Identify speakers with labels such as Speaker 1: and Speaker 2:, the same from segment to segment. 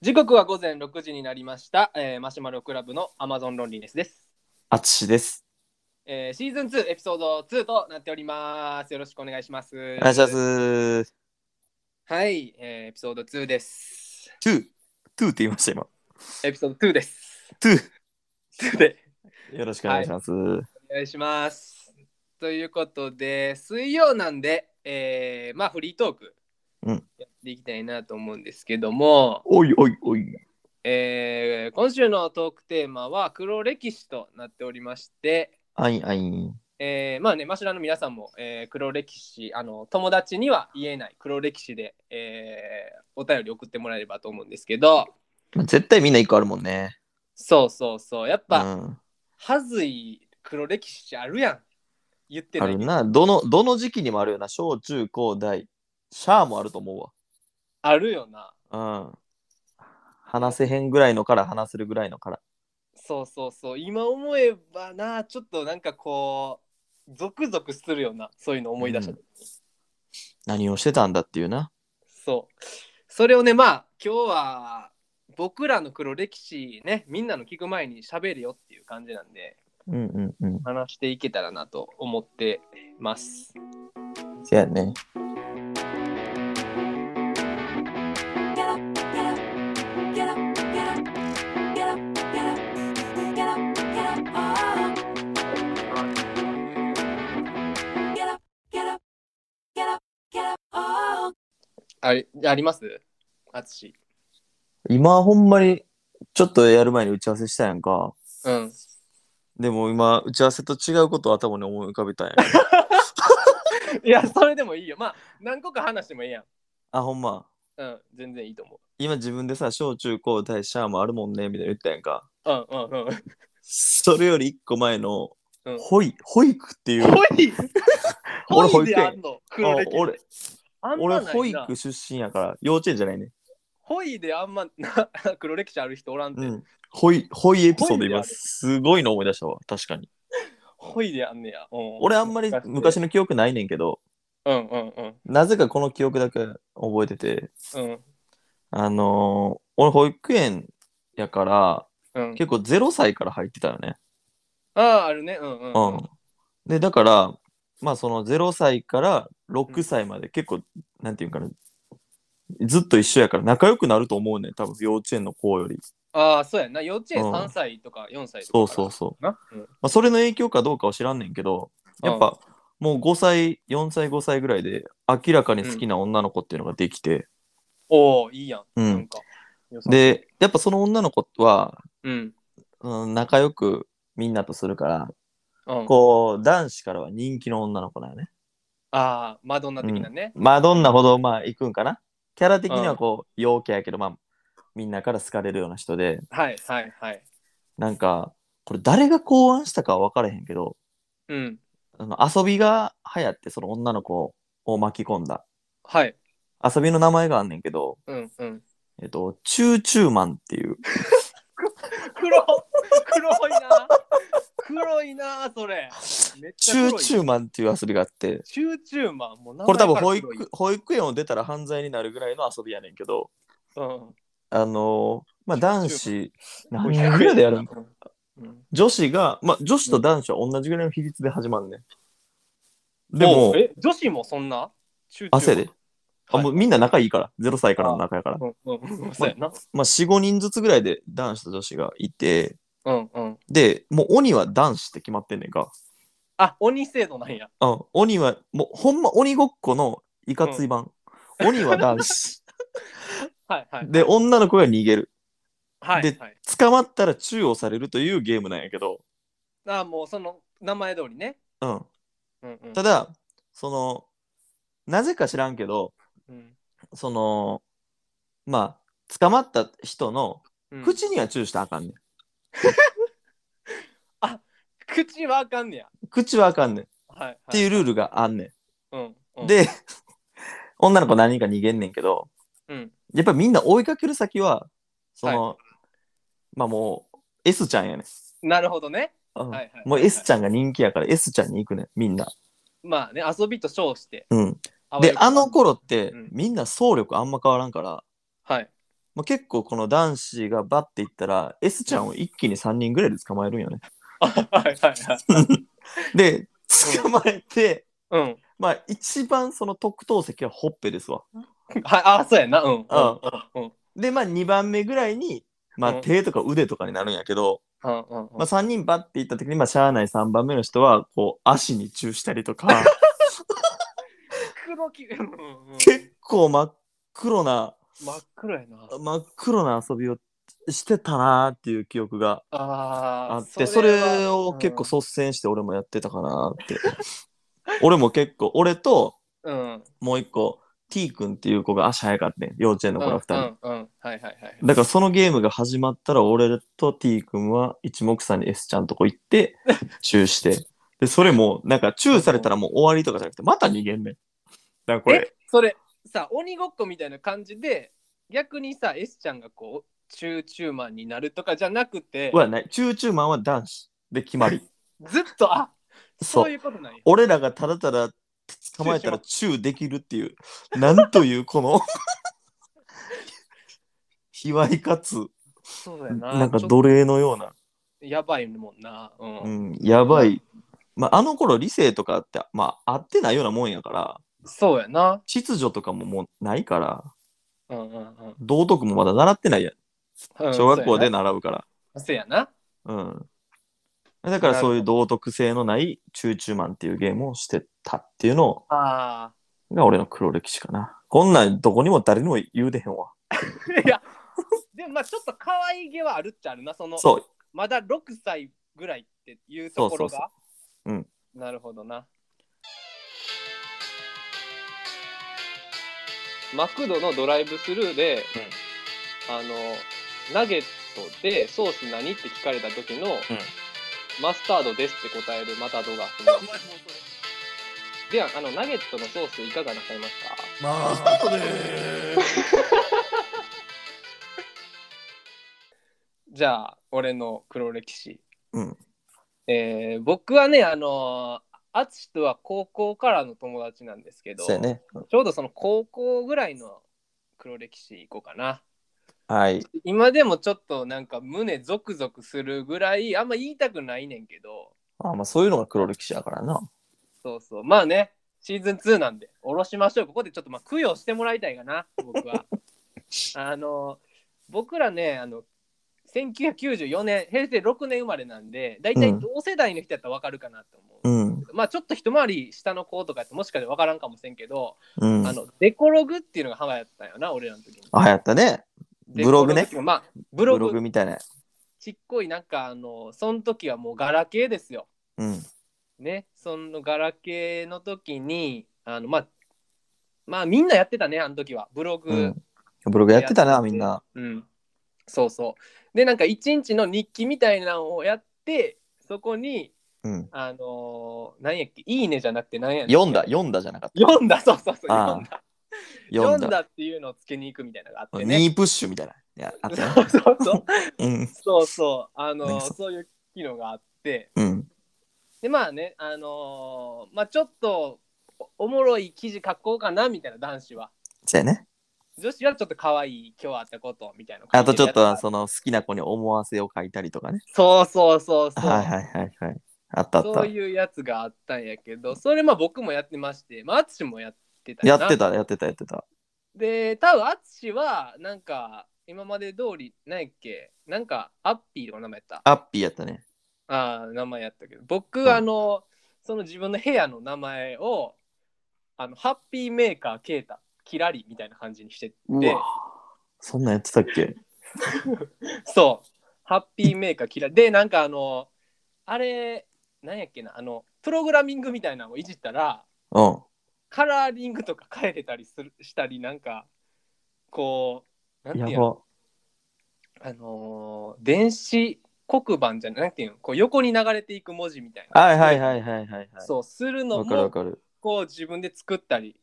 Speaker 1: 時刻は午前6時になりました、えーマシュマロクラブのアマゾンロンリネスです、
Speaker 2: あつしです。
Speaker 1: えーシーズン2エピソード2となっておりますよろしくお願いします
Speaker 2: お願いします。
Speaker 1: はい、えーエピソード2です
Speaker 2: トゥー、トゥーって言いました今。
Speaker 1: エピソード2です
Speaker 2: トゥ
Speaker 1: 2で
Speaker 2: ー、よろしくお願いします。
Speaker 1: お願いしますということで水曜なんで、えーまあフリートーク
Speaker 2: うん
Speaker 1: やっていきたいなと思うんですけども、
Speaker 2: おいおいおい。
Speaker 1: えー今週のトークテーマは黒歴史となっておりまして、
Speaker 2: あいあい。
Speaker 1: えーまあね、マシュラの皆さんも、えー黒歴史あの、友達には言えない黒歴史で、えーお便り送ってもらえればと思うんですけど、
Speaker 2: まあ絶対みんな一個あるもんね。
Speaker 1: そうそうそう、やっ
Speaker 2: う
Speaker 1: ぱ、
Speaker 2: ん。
Speaker 1: はずい黒歴史あるやん。言って
Speaker 2: あ
Speaker 1: ない
Speaker 2: る。な。どの、どの時期にもあるよな。小中高大。シャアもあると思
Speaker 1: あるよな。
Speaker 2: うわ。うん。話せへんぐらいのから話せるぐらいのから。
Speaker 1: そうそうそう、今思えばな、ちょっとなんかこう、ゾクゾクするよな、そういうの思い出した時に。
Speaker 2: 何をしてたんだっていうな。
Speaker 1: そう。それをね、まあ、今日は僕らの黒歴史ね、みんなの聞く前に喋るよっていう感じなんで、
Speaker 2: うんうんうん。
Speaker 1: 話していけたらなと思ってます。
Speaker 2: せやね。
Speaker 1: ありありますあつし。
Speaker 2: 今ほんまに、ちょっとやる前に打ち合わせしたやんか。
Speaker 1: うん。
Speaker 2: でも今、打ち合わせと違うことを頭に思い浮かべ たんや。
Speaker 1: いや、それでもいいよ。まあ、何個か話してもいいやん。
Speaker 2: あ、ほんま。
Speaker 1: うん、全然いいと思う。
Speaker 2: 今自分でさ、小中高大シャアもあるもんね、みたいな言ったやんか。
Speaker 1: うんうんうん。
Speaker 2: それより一個前の
Speaker 1: うん、
Speaker 2: 保育、保育っていう。
Speaker 1: ほい
Speaker 2: 俺
Speaker 1: ほいであんの黒
Speaker 2: あ
Speaker 1: 歴史。
Speaker 2: 俺、
Speaker 1: あんま
Speaker 2: 俺
Speaker 1: ないな
Speaker 2: 保育出身やから、幼稚園じゃないね。
Speaker 1: ほいであんまな 黒歴史ある人おらんて。
Speaker 2: うん。保育、保育エピソード
Speaker 1: 保育であ
Speaker 2: 今、
Speaker 1: る
Speaker 2: すごいの思い出したわ。確かに。
Speaker 1: ほいであんねや。うん
Speaker 2: 俺あんまり昔の記憶ないねんけど、
Speaker 1: うんうんうん。
Speaker 2: なぜかこの記憶だけ覚えてて、
Speaker 1: うん
Speaker 2: あのー俺保育園やから、
Speaker 1: うん。
Speaker 2: 結構0歳から入ってたよね。
Speaker 1: ああ、あるね。うんうんうん。
Speaker 2: うん、でだからまあその0歳から6歳まで結構、なんていうんかなずっと一緒やから仲良くなると思うね多分幼稚園の子より
Speaker 1: ああ、そうやんな。幼稚園
Speaker 2: うん
Speaker 1: 3歳とか4歳とかか
Speaker 2: そ
Speaker 1: ら。
Speaker 2: うそうそう、
Speaker 1: な。うん
Speaker 2: まあ、それの影響かどうかは知らんねんけどやっぱ、もう5歳4歳5歳ぐらいで明らかに好きな女の子っていうのができて、
Speaker 1: おお、いいやん。
Speaker 2: うん
Speaker 1: なんか。良さそう、
Speaker 2: でやっぱその女の子は、
Speaker 1: うん。
Speaker 2: うん、仲良くみんなとするから
Speaker 1: うん、
Speaker 2: こう男子からは人気の女の子だよね
Speaker 1: ああ、マドンナ的なね。
Speaker 2: マドンナほどまあ行くんかなキャラ的にはこう陽キャやけどまあみんなから好かれるような人で
Speaker 1: はいはいはい。
Speaker 2: なんかこれ誰が考案したかは分からへんけど
Speaker 1: うん。
Speaker 2: あの遊びが流行ってその女の子を巻き込んだ
Speaker 1: はい。
Speaker 2: 遊びの名前があんねんけど
Speaker 1: うんうん。
Speaker 2: えっとチューチューマンっていう
Speaker 1: 黒黒いな。黒いな、それ。めっち
Speaker 2: チ
Speaker 1: ゃ
Speaker 2: ュ
Speaker 1: 黒い
Speaker 2: ーチューマンっていう遊びがあって
Speaker 1: チューチューマン。もう名前
Speaker 2: これ多分
Speaker 1: から
Speaker 2: 保
Speaker 1: 黒い
Speaker 2: 育保育園を出たら犯罪になるぐらいの遊びやねんけど
Speaker 1: うん。
Speaker 2: あのーまあ男子何人
Speaker 1: 500
Speaker 2: ぐらいでやるん
Speaker 1: うん
Speaker 2: 女子が、まあ、女子と男子は同じぐらいの比率で始まるね。で
Speaker 1: お
Speaker 2: も
Speaker 1: う、え、女子もそんなチューチューマン
Speaker 2: 汗やで。。あもうみんな仲いいから、0歳からの仲やから。
Speaker 1: うんうんうん。そうやな。
Speaker 2: まあ、4、5人ずつぐらいで男子と女子がいて、
Speaker 1: うんうん。
Speaker 2: で、もう鬼は男子って決まってんねんか。
Speaker 1: あ、鬼制度なんや。
Speaker 2: うん、鬼は、もうほんま鬼ごっこのいかつい版。鬼は 男子。
Speaker 1: はいはい。
Speaker 2: で、女の子が逃げる。
Speaker 1: はい
Speaker 2: で
Speaker 1: はい。
Speaker 2: 捕まったらチューをされるというゲームなんやけど、
Speaker 1: あー、もうその名前通りね。
Speaker 2: うん。
Speaker 1: うんうん。
Speaker 2: ただ、その、なぜか知らんけど、
Speaker 1: うん、
Speaker 2: その、まあ、捕まった人の
Speaker 1: うん
Speaker 2: 口にはチューしたらあかんねん。
Speaker 1: 口はあかんねや。
Speaker 2: 口はあかんねん。っ
Speaker 1: はい、はい。って
Speaker 2: いう
Speaker 1: う。
Speaker 2: ルールがあんね。
Speaker 1: んうんん、
Speaker 2: で、女の子何人か逃げんねんけど、
Speaker 1: うん、
Speaker 2: やっぱみんな追いかける先は、その、まあもう、S ちゃんやねん。
Speaker 1: なるほどね。
Speaker 2: うん
Speaker 1: はいはい
Speaker 2: もう S ちゃんが人気やから S ちゃんに行くねん、みんな。
Speaker 1: まあね、遊びと称して。
Speaker 2: うん。
Speaker 1: あわよ
Speaker 2: で、
Speaker 1: くば
Speaker 2: あの。頃って
Speaker 1: うん、
Speaker 2: みんな総力あんま変わらんから、
Speaker 1: はい。
Speaker 2: まあ、結構この男子がバッていったら S ちゃんを一気に3人ぐらいで捕まえるんよね。
Speaker 1: はいはいはい。
Speaker 2: で捕まえて、
Speaker 1: うん。
Speaker 2: まあ一番その特等席はほっぺですわ。
Speaker 1: はい、あ、そうやな。うん。
Speaker 2: あ
Speaker 1: うん。うん。
Speaker 2: でまあ2番目ぐらいに、まあ、
Speaker 1: うん
Speaker 2: 手とか腕とかになるんやけど、
Speaker 1: うん。うん。
Speaker 2: まあ、3人バッていった時に、まあ、しゃあない3番目の人はこう足に注したりと か
Speaker 1: 黒き、うんうんうん
Speaker 2: 結構真っ黒な
Speaker 1: 真っ黒やな。
Speaker 2: 真っ黒な遊びをしてたなーっていう記憶があ
Speaker 1: あ
Speaker 2: っ
Speaker 1: あ
Speaker 2: てそれを結構率先して俺もやってたかなーって俺も結構俺と
Speaker 1: うん。うん
Speaker 2: もう一個 T 君っていう子が足早かったね幼稚園の子ら2人、
Speaker 1: うんうんうん。はいはいはい。
Speaker 2: だからそのゲームが始まったら俺と T 君は一目散に S ちゃんとこ行ってチューしてでそれもなんかチューされたらもう終わりとかじゃなくてまた逃げんねんだからこれ
Speaker 1: えそれさ鬼ごっこみたいな感じで逆にさ S ちゃんがこうチューチューマンになるとかじゃなくて
Speaker 2: はないチューチューマンは男子で決まり
Speaker 1: ずっとあ
Speaker 2: そう
Speaker 1: そういうことなんや
Speaker 2: 俺らがただただ捕まえたらチューできるっていうなんという この卑猥かつ
Speaker 1: そうやな
Speaker 2: なんか
Speaker 1: ちょっ
Speaker 2: 奴隷のような、
Speaker 1: とやばいもんなうん、
Speaker 2: うん、やばい、まあ、あの頃理性とかってまあ合ってないようなもんやから
Speaker 1: そうやな
Speaker 2: 秩序とかももうないから
Speaker 1: うんうんうん
Speaker 2: 道徳もまだ習ってないやん
Speaker 1: うん
Speaker 2: 小学校で
Speaker 1: な
Speaker 2: 習うから、
Speaker 1: そうやな
Speaker 2: うんだからそういう道徳性のないチューチューマンっていうゲームをしてたっていうの
Speaker 1: あ
Speaker 2: が俺の黒歴史かなこんなんどこにも誰にも言うでへんわ
Speaker 1: ーいやでもまあちょっと可愛げはあるっちゃあるなその
Speaker 2: そう
Speaker 1: まだ6歳ぐらいっていうところが
Speaker 2: そうそうそううん
Speaker 1: なるほどなマクドのドライブスルーで、あのナゲットでソース何って聞かれた時の、マスタードですって答えるマタドが ではあのナゲットのソースいかがなさいますか
Speaker 2: マスタートで
Speaker 1: じゃあ俺の黒歴史、
Speaker 2: うん
Speaker 1: えー僕はねあの淳とは高校からの友達なんですけど、
Speaker 2: そうやね
Speaker 1: ちょうどその高校ぐらいの黒歴史いこうかな
Speaker 2: はい
Speaker 1: 今でもちょっとなんか胸ゾクゾクするぐらいあんま言いたくないねんけど
Speaker 2: あまあそういうのが黒歴史やからな
Speaker 1: そうそうまあねシーズン2なんで下ろしましょうここでちょっとまあ供養してもらいたいかな僕 はあの僕らねあの1994年平成6年生まれなんで大体
Speaker 2: うん
Speaker 1: 同世代の人やったら分かるかなと思う、
Speaker 2: うん
Speaker 1: まあちょっと一回り下の子とかやったらもしかして分からんかもしれんけど、
Speaker 2: うん
Speaker 1: あ
Speaker 2: あ
Speaker 1: のデコログっていうのがハマやったんよな俺らの時に
Speaker 2: 流行ったねブログね
Speaker 1: デコっていうかまあブ
Speaker 2: ブ
Speaker 1: ロ
Speaker 2: ロ
Speaker 1: グ
Speaker 2: グみたいな
Speaker 1: ちっこいなんかあのその時はもうガラケーですよ。
Speaker 2: うん
Speaker 1: ねそのガラケーの時にあのまあまあみんなやってたねあの時はブログ、
Speaker 2: う
Speaker 1: うん
Speaker 2: んブログやってたなみんな
Speaker 1: そうそうでなんか一日の日記みたいなのをやってそこに
Speaker 2: うん
Speaker 1: あのー、何やっけ「いいね」じゃなくて何やね
Speaker 2: 読んだ読んだじゃなかった
Speaker 1: 読んだそうそうそう
Speaker 2: ああ
Speaker 1: 読んだ
Speaker 2: 読
Speaker 1: 読
Speaker 2: ん
Speaker 1: ん
Speaker 2: だ
Speaker 1: だっていうのをつけに行くみたいなのがあってね
Speaker 2: ニープッシュみたいな。いや、あっ た
Speaker 1: そ
Speaker 2: ね
Speaker 1: うそうそう
Speaker 2: うん。
Speaker 1: そうそうあの
Speaker 2: なん
Speaker 1: ー、
Speaker 2: かそ
Speaker 1: そういう機能があって
Speaker 2: うん。
Speaker 1: でまあねあのーまあちょっとおおもろい記事書こうかなみたいな男子は
Speaker 2: そうやね。
Speaker 1: 女子はちょっと可愛い今日あったことみたいな
Speaker 2: あ
Speaker 1: 感じ
Speaker 2: と
Speaker 1: で
Speaker 2: ちょっと、
Speaker 1: や
Speaker 2: その好きな子に思わせを書いたりとかね。
Speaker 1: そうそうそうそう、
Speaker 2: はいはいはいはい。あったあっ
Speaker 1: そう
Speaker 2: た。
Speaker 1: いうやつがあったんやけどそれまあ僕もやってましてまあ淳もやってた
Speaker 2: や
Speaker 1: よな
Speaker 2: ってた、やってた、やってた。
Speaker 1: で多分淳はなんか今まで通り何やっけなんかアッピーの名前やった
Speaker 2: アッピーやったね。
Speaker 1: あー名前やったけど僕、
Speaker 2: うん
Speaker 1: あのその自分の部屋の名前をあのハッピーメーカーケータキラリみたいな感じにして
Speaker 2: う
Speaker 1: で
Speaker 2: わ。そんなんやってたっけ
Speaker 1: そうハッピーメーカーキラリでなんかあのあれなんやっけなあのプログラミングみたいなのをいじったら
Speaker 2: うん。
Speaker 1: カラーリングとか変えれたりするしたりなんかこうなんていう
Speaker 2: や
Speaker 1: の
Speaker 2: ば。
Speaker 1: あのー電子黒板じゃななんていうのこう横に流れていく文字みたいな
Speaker 2: はいはいはいはいはいはい。
Speaker 1: そうするの
Speaker 2: わかるわ
Speaker 1: も
Speaker 2: かる。
Speaker 1: こう自分で作ったり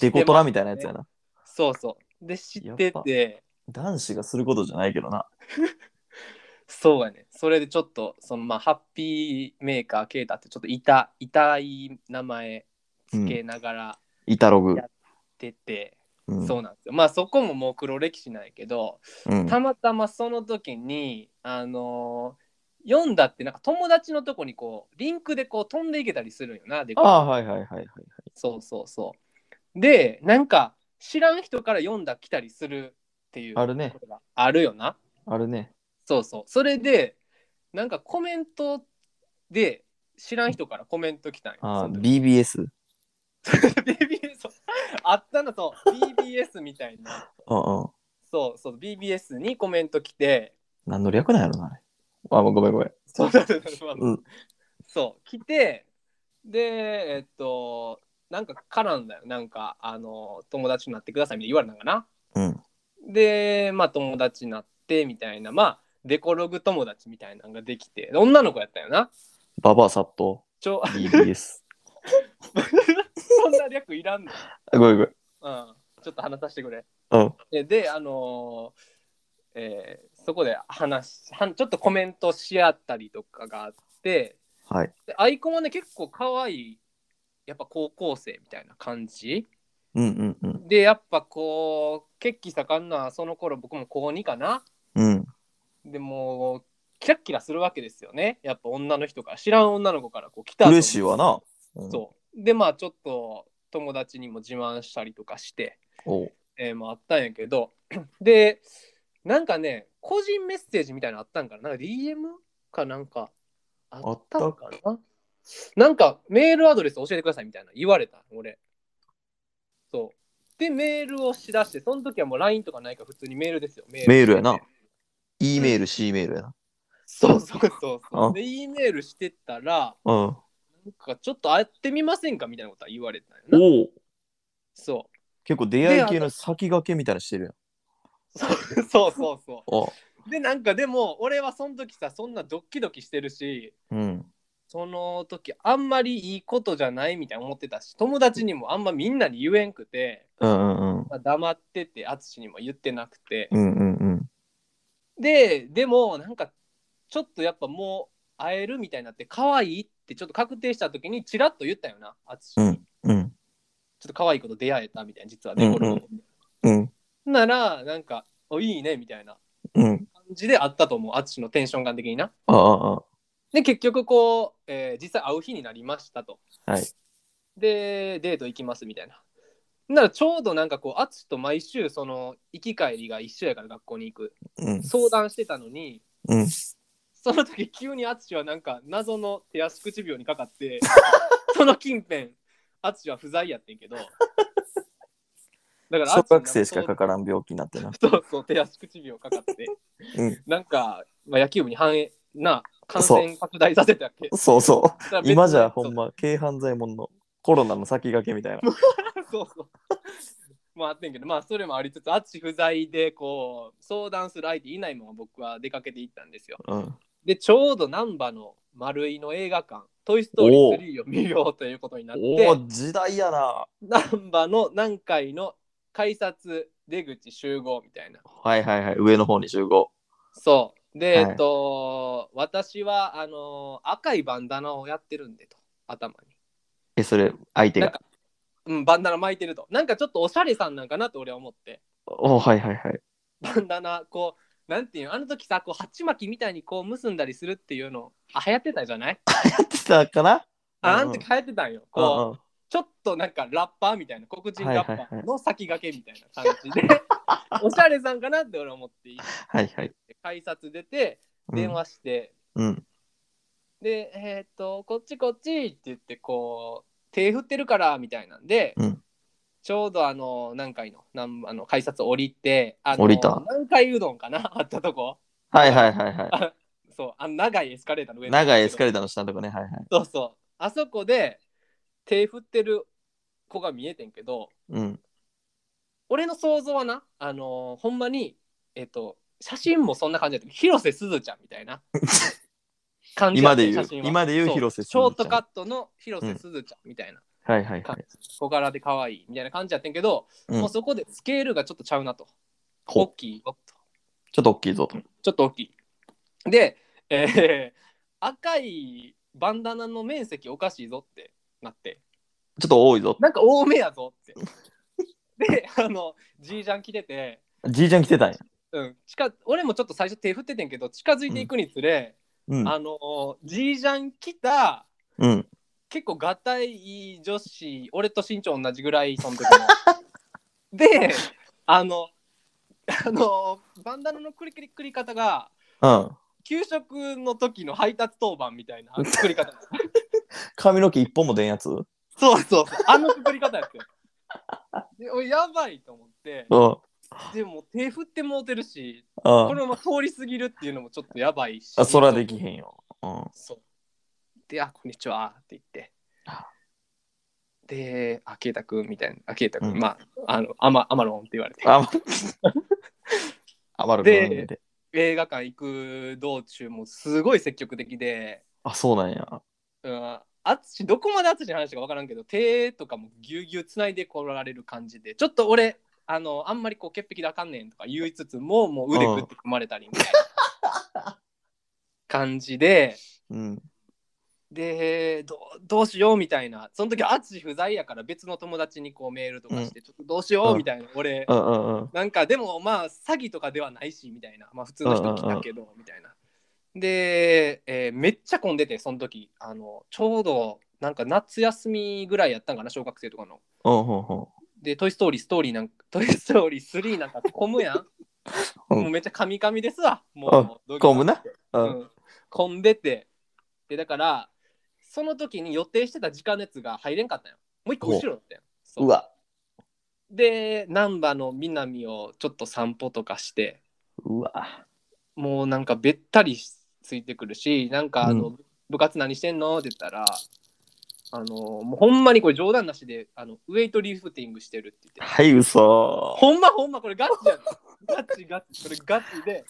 Speaker 2: デコトラみたいな
Speaker 1: な
Speaker 2: やつやな。
Speaker 1: そうそうで知ってて
Speaker 2: 男子がすることじゃないけどな。
Speaker 1: そうやねそれでちょっとそのまあハッピーメーカーケータってちょっと痛い痛い名前つけながら
Speaker 2: イタログ
Speaker 1: や。ってて、
Speaker 2: うん
Speaker 1: そうなんですよまあそこももう黒歴史なんやけど
Speaker 2: うん
Speaker 1: たまたまその時にあのー読んだってなんか友達のとこにこうリンクでこう飛んでいけたりするんよなで
Speaker 2: ああ、はいはいはいはいはい。
Speaker 1: そうそうそうでなんか知らん人から読んだ来たりするっていう
Speaker 2: あるね
Speaker 1: ことがあるよな
Speaker 2: あるね。
Speaker 1: そうそうそれでなんかコメントで知らん人からコメント来たんよ
Speaker 2: あ
Speaker 1: そ
Speaker 2: あ、
Speaker 1: の時
Speaker 2: BBS。
Speaker 1: BBS そうあったのと BBS みたいな
Speaker 2: うんうん。
Speaker 1: そうそう BBS にコメント来て
Speaker 2: 何の略なんやろな、あれ。あ、ごめんごめん。
Speaker 1: そうそうそうそう
Speaker 2: うん
Speaker 1: そう来てでえっとなんか絡んだよなんかあの友達になってくださいみたいに言われたんかな
Speaker 2: うん。
Speaker 1: でまあ友達になってみたいなまあデコログ友達みたいなのができて女の子やったよな
Speaker 2: ババア殺到。
Speaker 1: ちょ
Speaker 2: BBS。
Speaker 1: そんな略いらんの、
Speaker 2: あごめんごめん。
Speaker 1: うん、ちょっと話させてくれ
Speaker 2: うん。
Speaker 1: でであのーえーそこで話しはんちょっとコメントし合ったりとかがあって
Speaker 2: はい。
Speaker 1: でアイコンはね結構可愛いやっぱ高校生みたいな感じ
Speaker 2: うんうんうん。
Speaker 1: でやっぱこう血気盛んなその頃僕も高2かな
Speaker 2: うん。
Speaker 1: でもうキラッキラするわけですよねやっぱ女の人から知らん女の子からこう来たと
Speaker 2: 嬉しいわな。うん
Speaker 1: そうでまあちょっと友達にも自慢したりとかして、
Speaker 2: おう。
Speaker 1: えーもあったんやけど でなんかね個人メッセージみたいなのあったんかななんか DM かなんかあったんかななんかメールアドレス教えてくださいみたいな言われた俺そうでメールをしだしてその時はもう LINE とかないから普通にメールですよメ
Speaker 2: メールやな。E メール、C メールやな。
Speaker 1: そうそうそうそ
Speaker 2: あ
Speaker 1: うで E メールしてたら
Speaker 2: うん。
Speaker 1: なんかちょっと会ってみませんかみたいなことは言われたんやな
Speaker 2: おお。
Speaker 1: そ
Speaker 2: 結構出会い系の先駆けみたいなのしてるやん。
Speaker 1: うそうそうそうそ
Speaker 2: あ
Speaker 1: うでなんかでも俺はその時さそんなドッキドキしてるし
Speaker 2: うん。
Speaker 1: その時あんまりいいことじゃないみたいな思ってたし友達にもあんまみんなに言えんくて、
Speaker 2: うんうんうん。
Speaker 1: まあ、黙ってて淳にも言ってなくて
Speaker 2: うんうんうん。
Speaker 1: ででもなんかちょっとやっぱもう会えるみたいになって可愛いってちょっと確定した時にチラッと言ったよな淳に、
Speaker 2: うんうん。
Speaker 1: ちょっと可愛い子と出会えたみたいな実はね、
Speaker 2: うんうん
Speaker 1: この
Speaker 2: うん。
Speaker 1: ならなんか「おいいね」みたいな
Speaker 2: うん。
Speaker 1: 感じであったと思う淳のテンション感的にな。
Speaker 2: ああ、あ
Speaker 1: で結局こう、えー実際会う日になりましたと。
Speaker 2: あ。はい。
Speaker 1: でデート行きますみたいな。ならちょうどなんかこう淳と毎週その行き帰りが一緒やから学校に行く
Speaker 2: うん。
Speaker 1: 相談してたのに
Speaker 2: うん。
Speaker 1: その時急に淳はなんか謎の手足口病にかかって その近辺淳は不在やってんけどだから
Speaker 2: 小学生し
Speaker 1: 淳なん
Speaker 2: か
Speaker 1: そ
Speaker 2: か
Speaker 1: う
Speaker 2: からん病気になってな。
Speaker 1: そうそう、手足口病かかって、
Speaker 2: うん
Speaker 1: なんか、まあ、野球部に反映な感
Speaker 2: そう
Speaker 1: 染拡大させたっけ
Speaker 2: そうそ
Speaker 1: だから
Speaker 2: う。
Speaker 1: 別に
Speaker 2: 今じゃほんま、軽犯罪者のコロナの先駆けみたいな。
Speaker 1: そう そう。まああってんけど、まあそれもありつつ、あっち不在でこう相談する相手いないまま僕は出かけていったんですよ。
Speaker 2: うん。
Speaker 1: で、ちょうど難波の丸井の映画館、トイ・ストーリ
Speaker 2: おう
Speaker 1: ー3を見ようということになっ
Speaker 2: お
Speaker 1: て、
Speaker 2: お、時代やな。
Speaker 1: 難波の南海の改札出口集合みたいな。
Speaker 2: はいはいはい。上の方に集合。
Speaker 1: そう。で、
Speaker 2: はい
Speaker 1: えっと、私はあのー赤いバンダナをやってるんでと、頭に。
Speaker 2: え、それ、相手
Speaker 1: なん
Speaker 2: が。
Speaker 1: か、うん、バンダナ巻いてると。なんかちょっとおしゃれさんなんかなって俺は思って。
Speaker 2: おはいはいはい。
Speaker 1: バンダナこうなんていうのあの時さこう鉢巻きみたいにこう結んだりするっていうのあ流行ってたじゃない
Speaker 2: やってたかな
Speaker 1: ああん時流行ってたんよ
Speaker 2: うん
Speaker 1: こ
Speaker 2: うん
Speaker 1: うちょっとなんかラッパーみたいな黒人ラッ
Speaker 2: はい
Speaker 1: パ
Speaker 2: はいは
Speaker 1: ー
Speaker 2: い
Speaker 1: の先駆けみたいな感じで おしゃれさんかなって俺は思って
Speaker 2: はいはい。
Speaker 1: 改札出て電話して、
Speaker 2: うん。
Speaker 1: でえーっとこっちこっちって言ってこう手振ってるからみたいなんで、
Speaker 2: うん
Speaker 1: ちょうどあの何回のなんあの改札降りてあの
Speaker 2: 降りた
Speaker 1: 南海うどんかな あったとこ
Speaker 2: はいはいはいは
Speaker 1: そう、あの長いエスカレーターの上
Speaker 2: い。長いエス
Speaker 1: レ
Speaker 2: カ
Speaker 1: ー
Speaker 2: レーターの下のとこね。はいはい。
Speaker 1: ター。そうそう。あそこで手振ってる子が見えてんけど、
Speaker 2: うん。
Speaker 1: 俺の想像はな、あのーほんまに、えっ、と、写真もそんな感じだったけど広瀬すずちゃんみたい な感じだ
Speaker 2: 今
Speaker 1: った
Speaker 2: で
Speaker 1: よ
Speaker 2: 言う
Speaker 1: 写真、は
Speaker 2: 今で言う
Speaker 1: そう
Speaker 2: 広瀬すず
Speaker 1: シ
Speaker 2: ちゃん
Speaker 1: ョートカットの広瀬すずちゃんみたいな、
Speaker 2: はいはいは
Speaker 1: か
Speaker 2: い。
Speaker 1: 小柄で可愛いみたいな感じやってんけど、
Speaker 2: うん
Speaker 1: もうそこでスケールがちょっとちゃうなと。
Speaker 2: ほ
Speaker 1: 大きいよと。
Speaker 2: ちょっと大きいぞと。
Speaker 1: ちょっと大きい。で、えー赤いバンダナの面積おかしいぞってなって、
Speaker 2: ちょっと多いぞ。
Speaker 1: なんか多めやぞって。で、あの、じいちゃん来てて、
Speaker 2: じいちゃん来てたんや。
Speaker 1: うん、近俺もちょっと最初手振っててんけど、近づいていくにつれ、
Speaker 2: うん。
Speaker 1: あの、じいちゃん来た、
Speaker 2: うん。
Speaker 1: 結構がたいいい女子俺と身長同じぐらい その時のであのあのバンダナのくりくりくり方が
Speaker 2: うん。
Speaker 1: 給食の時の配達当番みたい な作り方
Speaker 2: 髪の毛一本も出んやつうん。
Speaker 1: そうそうそうあの作り方やってでおいやばいと思って
Speaker 2: うん。
Speaker 1: でも手振ってもうてるしこ
Speaker 2: あ、
Speaker 1: のまま通り過ぎるっていうのもちょっとやばいし
Speaker 2: そらできへんよ。うん。
Speaker 1: そう。で、あ、こんにちはって言って
Speaker 2: あ。
Speaker 1: で、あ、けいたくんみたいな、あ、けいたくん、
Speaker 2: うん
Speaker 1: まあ、あの、あま、アマロンって言われて。
Speaker 2: あ、 あまる
Speaker 1: で
Speaker 2: で。
Speaker 1: 映画館行く道中もすごい積極的で、
Speaker 2: あ、そうなんや。
Speaker 1: うん、あつし、どこまであつしの話かわからんけど、手とかもぎゅうぎゅうつないでこられる感じで、ちょっと俺、あの、あんまりこう、潔癖であかんねんとか言いつつも、もう腕
Speaker 2: うん
Speaker 1: ぐって組まれたりみたいな感じで、
Speaker 2: うん。
Speaker 1: でどうどうしようみたいなその時淳不在やから別の友達にこうメールとかして、ちょっとどうしようみたいな、俺
Speaker 2: うんうんうん。
Speaker 1: なんかでもまあ詐欺とかではないしみたいなまあ普通の人来たけどみたいなで、えーめっちゃ混んでてその時あのちょうどなんか夏休みぐらいやったんかな小学生とかの
Speaker 2: うんうんうん。
Speaker 1: で「トイ・ストーリー」ストーリーなんか 「トイ・ストーリー3」なんか混むやん、
Speaker 2: うん
Speaker 1: もうめっちゃカミカミですわ
Speaker 2: うん
Speaker 1: もう
Speaker 2: 混むなう。
Speaker 1: うんん混んでてでだからその時に予定してた時間のやつが入れんかったんよもう一個後ろだったんよそう
Speaker 2: うわ。
Speaker 1: で難波の南をちょっと散歩とかして
Speaker 2: うわ。
Speaker 1: もうなんかべったりついてくるしなんかあの、部活何してんのって言ったらあのもうほんまにこれ冗談なしであのウェイトリフティングしてるって言って
Speaker 2: はい、嘘。
Speaker 1: ほんまほんまこれガチやんガチガチこれガチで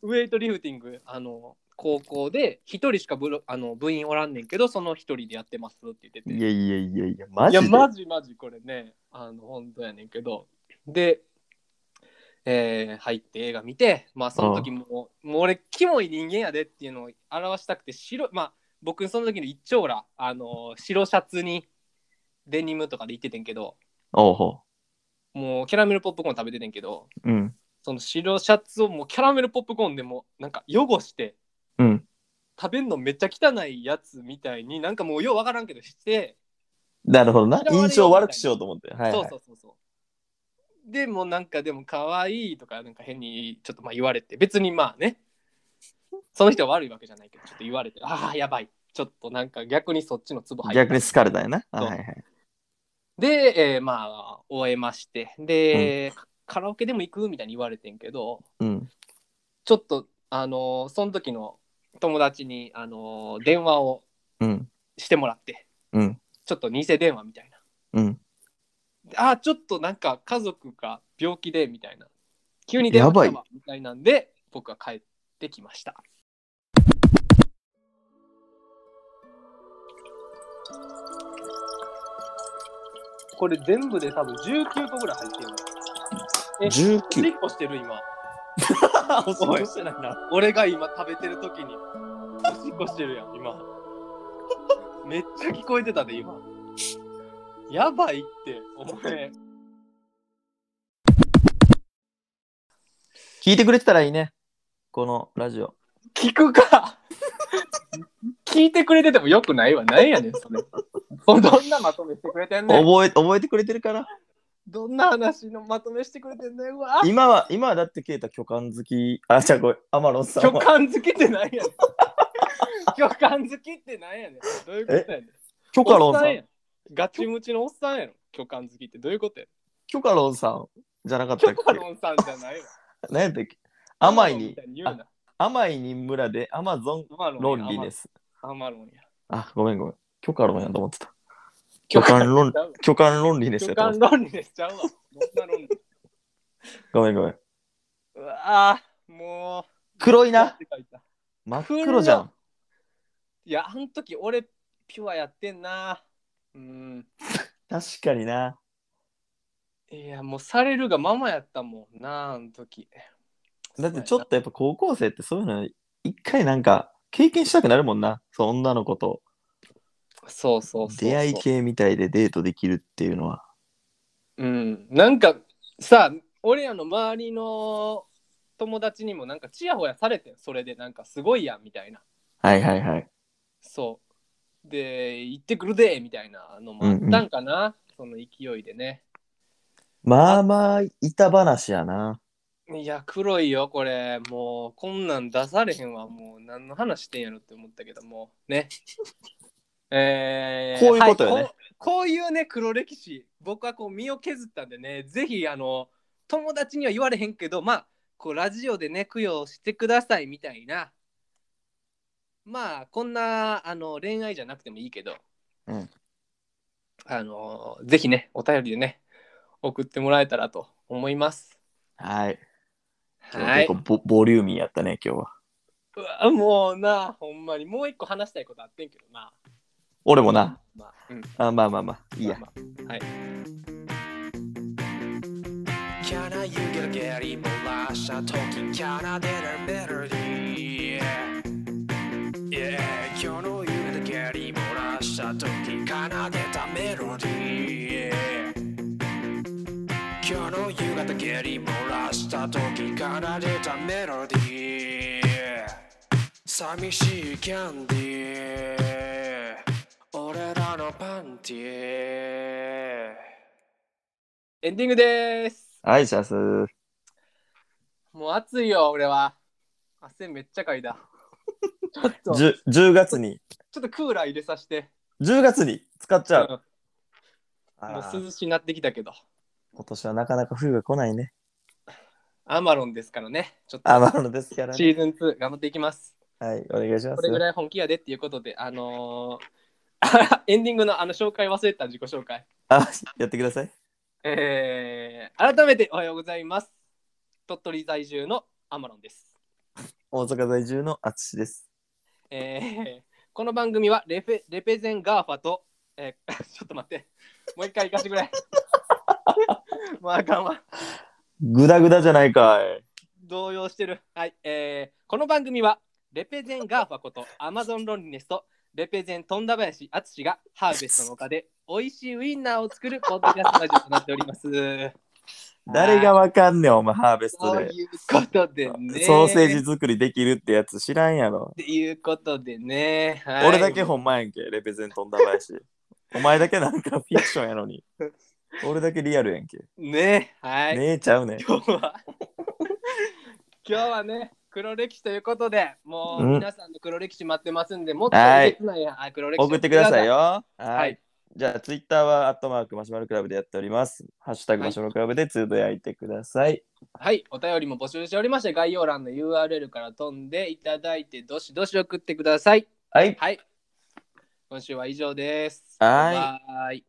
Speaker 1: ウェイトリフティングあの高校で一人しか部あの部員おらんねんけどその一人でやってますって言ってて
Speaker 2: いやいやいやいや、マ
Speaker 1: い
Speaker 2: ジ
Speaker 1: や
Speaker 2: で。
Speaker 1: マジマジこれねあの本当やねんけどで、えー入って映画見てまあその時もうもう俺キモい人間やでっていうのを表したくて白いまあ僕その時の一丁羅あの白シャツにデニムとかで行っててんけど
Speaker 2: おうほ
Speaker 1: もうキャラメルポップコーン食べててんけど
Speaker 2: う。うん。
Speaker 1: その白シャツをもうキャラメルポップコーンでもうなんか汚して
Speaker 2: うん。
Speaker 1: 食べんのめっちゃ汚いやつみたいになんかもうようわからんけどして、
Speaker 2: なるほどな。
Speaker 1: 嫌われよう
Speaker 2: 印象を悪くしようと思って。はい、はい。
Speaker 1: そうそうそうそうでもうなんかでも可愛いとかなんか変にちょっとまあ言われて別にまあねその人が悪いわけじゃないけどちょっと言われてああやばいちょっとなんか逆にそっちのツボ入った
Speaker 2: 逆に好かれたんやな。
Speaker 1: そう
Speaker 2: はいはい。
Speaker 1: で、えーまあ終えましてで、カラオケでも行くみたいに言われてんけど
Speaker 2: うん。
Speaker 1: ちょっとあのーその時の友達に、あのー電話を
Speaker 2: うん。
Speaker 1: してもらって
Speaker 2: うん。
Speaker 1: ちょっと偽電話みたいな
Speaker 2: うん。
Speaker 1: であーちょっとなんか家族が病気でみたいな急に電話
Speaker 2: や
Speaker 1: 来た
Speaker 2: ば
Speaker 1: わみたいなんで僕は帰ってきましたこれ全部で多分19個ぐらい入ってるえ
Speaker 2: 19。
Speaker 1: 1個してる 今
Speaker 2: お
Speaker 1: しっこ
Speaker 2: してないな。
Speaker 1: 俺が今食べてる時におしっこしてるやん今めっちゃ聞こえてたで今やばいってお前
Speaker 2: 聞いてくれてたらいいね。このラジオ。
Speaker 1: 聞くか聞いてくれててもよくないわなんやねんそれおどんなまとめしてくれてんねん
Speaker 2: 覚え覚えてくれてるから。
Speaker 1: どんな話のまとめしてくれてんねんうわ
Speaker 2: 今は、今はだってケイタ巨漢好き。あ、じゃあごめん、アマロンさ
Speaker 1: 巨
Speaker 2: んは。
Speaker 1: 漢好きってなんやねん巨漢好きってなんやねんどういうことやねん
Speaker 2: 巨カロンさ
Speaker 1: おっや
Speaker 2: ん。
Speaker 1: ガチムチのおっさんやろ巨漢好きってどういうことや
Speaker 2: 巨カロンさんじゃなかった
Speaker 1: 巨
Speaker 2: っ
Speaker 1: 漢ロンさんじゃないわ
Speaker 2: け何やったっけ甘いに、
Speaker 1: 言うな
Speaker 2: 甘いに村でアマゾン
Speaker 1: アマロ
Speaker 2: ロ
Speaker 1: ンや
Speaker 2: ンリネス。
Speaker 1: アマロンや
Speaker 2: あ、ごめんごめん。巨カロンやと思ってた。巨漢ロン
Speaker 1: ちゃうわ、
Speaker 2: 巨漢ロンリネス
Speaker 1: 巨
Speaker 2: やと
Speaker 1: 漢
Speaker 2: 思って
Speaker 1: ロンリネスちゃうわどんなロンリネス
Speaker 2: た。ごめんごめん。
Speaker 1: うわーもう
Speaker 2: 黒いな。
Speaker 1: い
Speaker 2: 真っ黒じゃん。
Speaker 1: やあの時俺ピュアやってんなうん
Speaker 2: 確かにな。
Speaker 1: いやもうされるがままやったもんなあの時
Speaker 2: だってちょっとやっぱ高校生ってそういうの一回なんか経験したくなるもんな。そう女の子と
Speaker 1: そうそうそうそう
Speaker 2: 出会い系みたいでデートできるっていうのは。
Speaker 1: うん、なんかさ俺らの周りの友達にもなんかちやほやされてんそれでなんかすごいやんみたいな
Speaker 2: はいはいはい。
Speaker 1: そうで行ってくるでみたいなのもあったんかな、その勢いでね
Speaker 2: まあまあ、板話やな。
Speaker 1: いや黒いよこれもうこんなん出されへんわもう何の話してんやろって思ったけどもねえー
Speaker 2: こういうことよね
Speaker 1: はいこうこういうね黒歴史僕はこう身を削ったんでねぜひあの友達には言われへんけどまあこうラジオでね供養してくださいみたいなまあこんなあの恋愛じゃなくてもいいけど、
Speaker 2: うん
Speaker 1: あのぜひねお便りでね送ってもらえたらと思います
Speaker 2: はい。
Speaker 1: はい
Speaker 2: 結構ボボリューミーやったね、今日は。
Speaker 1: うわもうなほんまにもう一個話したいことあってんけどな
Speaker 2: 俺もな。
Speaker 1: まあうん
Speaker 2: あまあまあまあ、いいや。
Speaker 1: まあまあはい
Speaker 3: Can I you get a get it 漏らした時 Can I get a melody Yeah 今日の夕方ゲリ漏らした時奏でたメロディー今日の夕方ゲリ漏らした時奏でたメロディー寂しいキャンディー俺らのパンティー
Speaker 1: エンディングです
Speaker 2: はい、シャス。
Speaker 1: もう暑いよ俺は汗めっちゃかいだちょっとちょ
Speaker 2: 10, 10月に、
Speaker 1: っとクーラー入れさせて
Speaker 2: 10月に使っちゃう。
Speaker 1: うん
Speaker 2: あ
Speaker 1: も
Speaker 2: ー
Speaker 1: う涼しになってきたけど
Speaker 2: 今年はなかなか冬が来ないね。
Speaker 1: アマロンですからねちょっと
Speaker 2: あ、まあ、のですからね。
Speaker 1: シーズン2頑張っていきます
Speaker 2: はい、お願いします
Speaker 1: これ。ぐらい本気やでっていうことであのー エンディングのあの紹介忘れてた自己紹介
Speaker 2: あ、やってください。
Speaker 1: えー改めておはようございます。鳥取在住のアマロンです。
Speaker 2: 大阪在住のあつしです。
Speaker 1: えーこの番組はレフェレペゼンガーファと、えー ちょっと待って、もう一回行かせてくれ。 もうあかんわ。
Speaker 2: ぐだぐだじゃないかい。
Speaker 1: 動揺してる。はい、えーこの番組はレペゼンガーファことアマゾンロンリネスとレペゼン富田林淳がハーベストの丘で美味しいウインナーを作るポッドキャストラジオとなっております。
Speaker 2: 誰がわかんねん、お前、ハーベスト
Speaker 1: と
Speaker 2: で。
Speaker 1: いうことでね。
Speaker 2: ソーセージ作りできるってやつ知らんやろ。
Speaker 1: っていうことでね、はい
Speaker 2: 俺だけほんまやんけ、レペゼントンだ林。 お前だけなんかフィクションやのに。俺だけリアルやんけ。
Speaker 1: ねはい、
Speaker 2: ねえちゃうねん。
Speaker 1: 今日は今日はね黒歴史ということでもう
Speaker 2: うん
Speaker 1: 皆さんの黒歴史待ってますんで、もっと
Speaker 2: はい
Speaker 1: えげつないあ黒歴史
Speaker 2: 送ってくださいよ。
Speaker 1: は
Speaker 2: はいい。じゃあ、ツイッターは、アットマークマシュマロクラブでやっております。ハッシュタグ
Speaker 1: はい
Speaker 2: マシュマロクラブでツーで焼いてください。
Speaker 1: はいお便りも募集しておりまして概要欄の URL から飛んでいただいてどしどし送ってください
Speaker 2: はい。
Speaker 1: はい今週は以上です
Speaker 2: はい
Speaker 1: バイバイ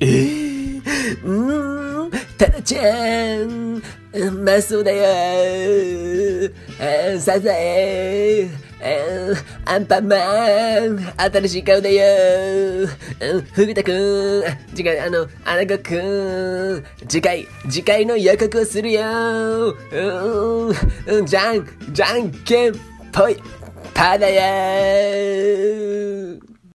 Speaker 4: えー、うーん、タラちゃん、うまそうだよ。あーサザエ、あーアンパンマン、新しい顔だよ。うんフグタくん、あ違う、あの、アナゴくん、次回、次回の予告をするよ。うーんうん、じゃん、じゃんけんぽい、パーだよ。